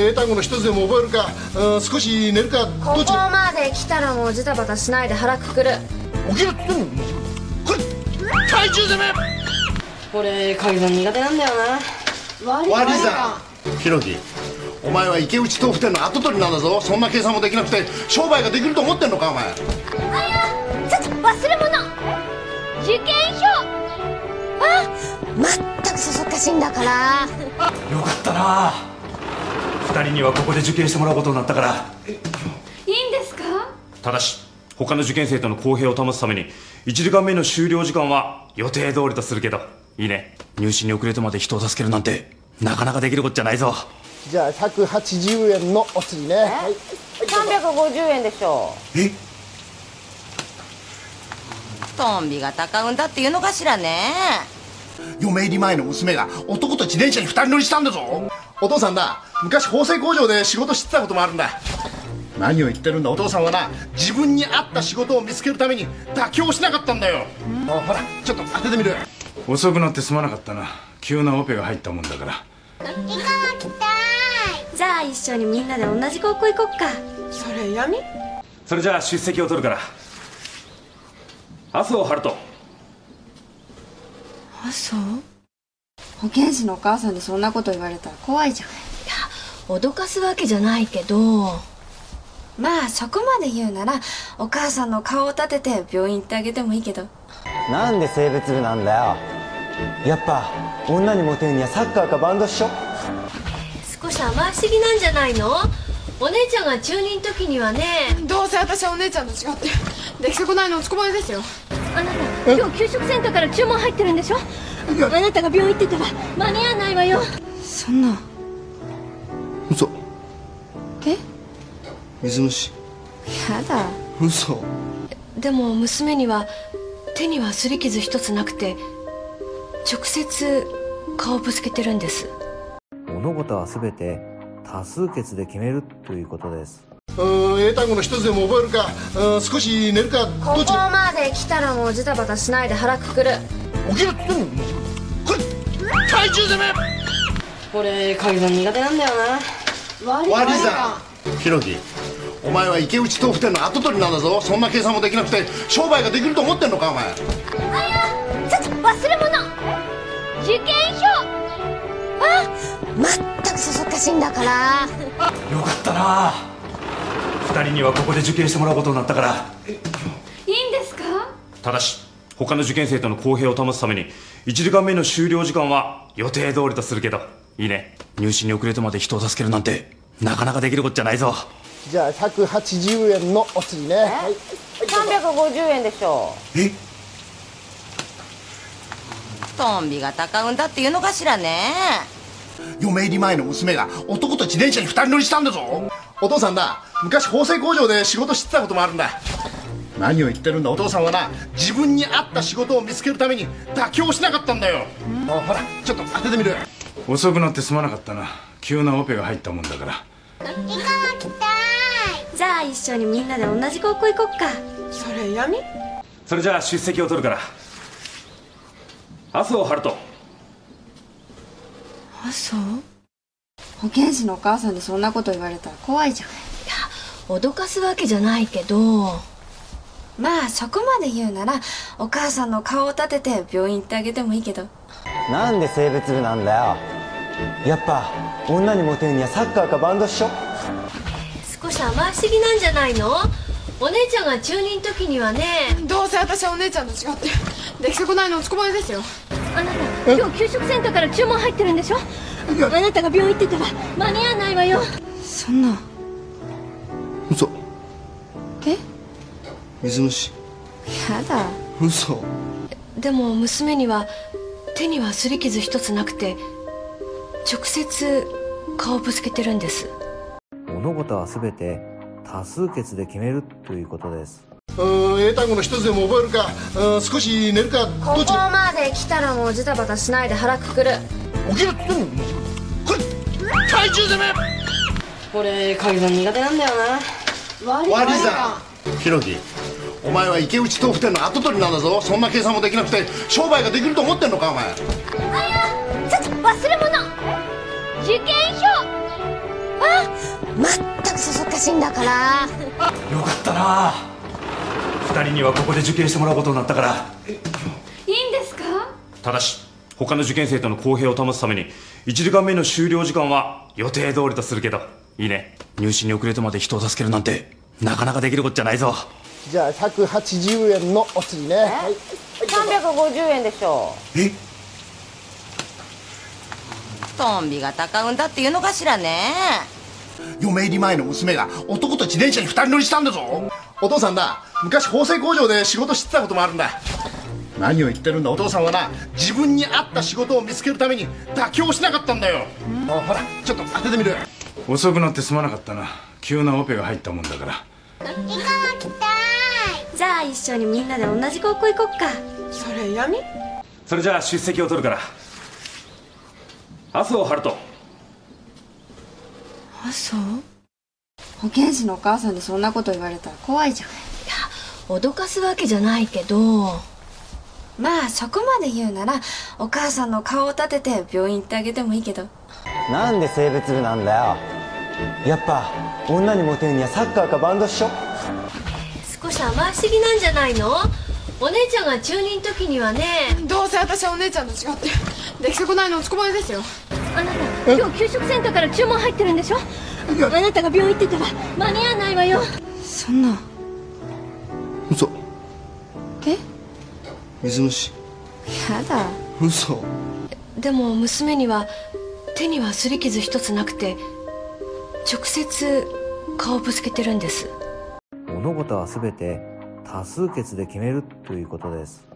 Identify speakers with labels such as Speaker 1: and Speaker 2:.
Speaker 1: 英単語の一つでも覚えるか、うん、少し寝るか
Speaker 2: こ
Speaker 1: ど
Speaker 2: こ
Speaker 1: っち
Speaker 2: まで来たらもうジタバタしないで腹くくる
Speaker 1: 起きるって言ってんのこれ懐中攻め
Speaker 3: 俺掛け算苦手なんだよな
Speaker 4: 割り算ひろきお前は池内豆腐店の跡取りなんだぞそんな計算もできなくて商売ができると思ってんのかお前
Speaker 5: ちょっと忘れ物受験票あ
Speaker 2: まったくそそっかしいんだから
Speaker 6: よかったな二人にはここで受験してもらうことになったから
Speaker 5: いいんですか
Speaker 6: ただし他の受験生との公平を保つために1時間目の終了時間は予定通りとするけどいいね入試に遅れてまで人を助けるなんてなかなかできることじゃないぞ
Speaker 7: じゃあ180円のお釣りねはい
Speaker 3: 350円でしょ
Speaker 6: え
Speaker 3: トンビが高うんだっていうのかしらね
Speaker 4: 嫁入り前の娘が男と自転車に二人乗りしたんだぞ
Speaker 1: お父さんだ昔縫製工場で仕事してたこともあるんだ
Speaker 4: 何を言ってるんだ
Speaker 1: お
Speaker 4: お父
Speaker 1: 父
Speaker 4: さ
Speaker 1: さんはな自分に合った仕事を見つけるために妥協しなかったんだよあほらちょっと当ててみる
Speaker 6: 遅くなってすまなかったな急なオペが入ったもんだから
Speaker 5: 行こう来たい
Speaker 2: じゃあ一緒にみんなで同じ高校行こっか
Speaker 8: それ闇
Speaker 6: それじゃあ出席を取るから麻生春人
Speaker 8: そう保健師のお母さんにそんなこと言われたら怖いじゃん
Speaker 2: 脅かすわけじゃないけど
Speaker 8: まあそこまで言うならお母さんの顔を立てて病院行ってあげてもいいけど
Speaker 9: なんで性別部なんだよやっぱ女にモテるにはサッカーかバンドっしょ
Speaker 2: 少し甘えすぎなんじゃないのお姉ちゃんが中二の時にはね
Speaker 8: どうせ私はお姉ちゃんと違ってできそこないの落ち込まれですよ
Speaker 5: あなた今日給食センターから注文入ってるんでしょあなたが病院行ってたら間に合わないわよ
Speaker 8: そんな
Speaker 4: 嘘
Speaker 8: え
Speaker 4: 水虫
Speaker 8: やだ
Speaker 4: 嘘
Speaker 2: でも娘には手には擦り傷一つなくて直接顔をぶつけてるんです
Speaker 9: 物事は全て多数決で決めるということです
Speaker 1: うん英単語の一つでも覚えるか、うん、少し寝るか
Speaker 2: こ
Speaker 1: ど
Speaker 2: こ
Speaker 1: っち
Speaker 2: まで来たらもうジタバタしないで腹くくる
Speaker 1: 起きるって言ってんのこれ懐中攻め
Speaker 3: 俺掛け算苦手なんだよな
Speaker 4: 割り算ひろきお前は池内豆腐店の跡取りなんだぞそんな計算もできなくて商売ができると思ってんのかお前
Speaker 5: ちょっと忘れ物受験票あ
Speaker 2: まったくそそっかしいんだから
Speaker 6: よかったな二人にはここで受験してもらうことになったから
Speaker 5: いいんですか
Speaker 6: ただし他の受験生との公平を保つために1時間目の終了時間は予定通りとするけどいいね入試に遅れてまで人を助けるなんてなかなかできることじゃないぞ
Speaker 7: じゃあ180円のお釣りねはい
Speaker 3: 350円でしょ
Speaker 6: え
Speaker 3: トンビが高うんだっていうのかしらね
Speaker 4: 嫁入り前の娘が男と自転車に二人乗りしたんだぞ
Speaker 1: お父さんだ昔縫製工場で仕事してたこともあるんだ
Speaker 4: 何を言ってるんだ
Speaker 1: お
Speaker 4: お父
Speaker 1: 父
Speaker 4: さ
Speaker 1: さんはな自分に合った仕事を見つけるために妥協しなかったんだよあほらちょっと当ててみる
Speaker 6: 遅くなってすまなかったな急なオペが入ったもんだから
Speaker 5: 行こう来たい
Speaker 2: じゃあ一緒にみんなで同じ高校行こっか
Speaker 8: それ闇
Speaker 6: それじゃあ出席を取るから麻生春人
Speaker 8: あそう保健師のお母さんにそんなこと言われたら怖いじゃ
Speaker 2: 脅かすわけじゃないけど
Speaker 8: んまあそこまで言うならお母さんの顔を立てて病院行ってあげてもいいけど
Speaker 9: なんで性別部なんだよやっぱ女にモテるにはサッカーかバンドっしょ
Speaker 2: 少し甘えすぎなんじゃないのお姉ちゃんが中二の時にはね
Speaker 8: どうせ私はお姉ちゃんと違ってできそこないの落ち込まれですよ
Speaker 5: あなた今日給食センターから注文入ってるんでしょあなたが病院行ってたら間に合わないわよ
Speaker 8: そんな
Speaker 4: 嘘
Speaker 8: え
Speaker 4: 水虫
Speaker 8: やだ
Speaker 4: 嘘
Speaker 2: でも娘には手には擦り傷一つなくて直接顔をぶつけてるんです
Speaker 9: 物事は全て多数決で決めるということです
Speaker 1: うん英単語の一つでも覚えるか、うん、少し寝るか
Speaker 2: こ
Speaker 1: ど
Speaker 2: こ
Speaker 1: っち
Speaker 2: まで来たらもうジタバタしないで腹くくる
Speaker 1: 起きるって言ってんのこれ懐中攻め
Speaker 3: 俺掛け算苦手なんだよな
Speaker 4: 割り算ひろきお前は池内豆腐店の跡取りなんだぞそんな計算もできなくて商売ができると思ってんのかお前
Speaker 5: ちょっと忘れ物受験票あしいんだから
Speaker 6: よかったな二人にはここで受験してもらうことになったから
Speaker 5: いいんですか
Speaker 6: ただし他の受験生との公平を保つために1時間目の終了時間は予定通りとするけどいいね入試に遅れてまで人を助けるなんてなかなかできることじゃないぞ
Speaker 7: じゃあ180円のお釣りねはい
Speaker 3: 350円でしょ
Speaker 6: え
Speaker 3: トンビが高うんだっていうのかしらね
Speaker 4: 嫁入り前の娘が男と自転車に二人乗りしたんだぞお父さんだ昔縫製工場で仕事してたこともあるんだ
Speaker 1: 何を言ってるんだお父さんはな自分に合った仕事を見つけるために妥協しなかったんだよあほらちょっと当ててみる
Speaker 10: 遅くなってすまなかったな急なオペが入ったもんだから
Speaker 8: じゃあ一緒にみんなで同じ高校行こっか
Speaker 6: それじゃあ出席を取るから麻生春人
Speaker 2: あそう
Speaker 8: 保健師のお母さんにそんなこと言われたら怖いじゃん
Speaker 2: 脅かすわけじゃないけど
Speaker 8: まあそこまで言うならお母さんの顔を立てて病院行ってあげてもいいけど
Speaker 9: なんで生物部なんだよやっぱ女にモテるにはサッカーかバンドっしょ
Speaker 2: 少し甘えすぎなんじゃないのお姉ちゃんが中二の時にはね
Speaker 11: どうせ私はお姉ちゃんと違って出来損ないの落ちこぼれですよ
Speaker 5: あなた今日給食センターから注文入ってるんでしょあなたが病院行ってたら間に合わないわよ
Speaker 8: そんな
Speaker 4: 嘘
Speaker 8: え
Speaker 4: 水虫
Speaker 8: やだ
Speaker 4: 嘘
Speaker 2: でも娘には手には擦り傷一つなくて直接顔をぶつけてるんです
Speaker 9: 物事は全て多数決で決めるということです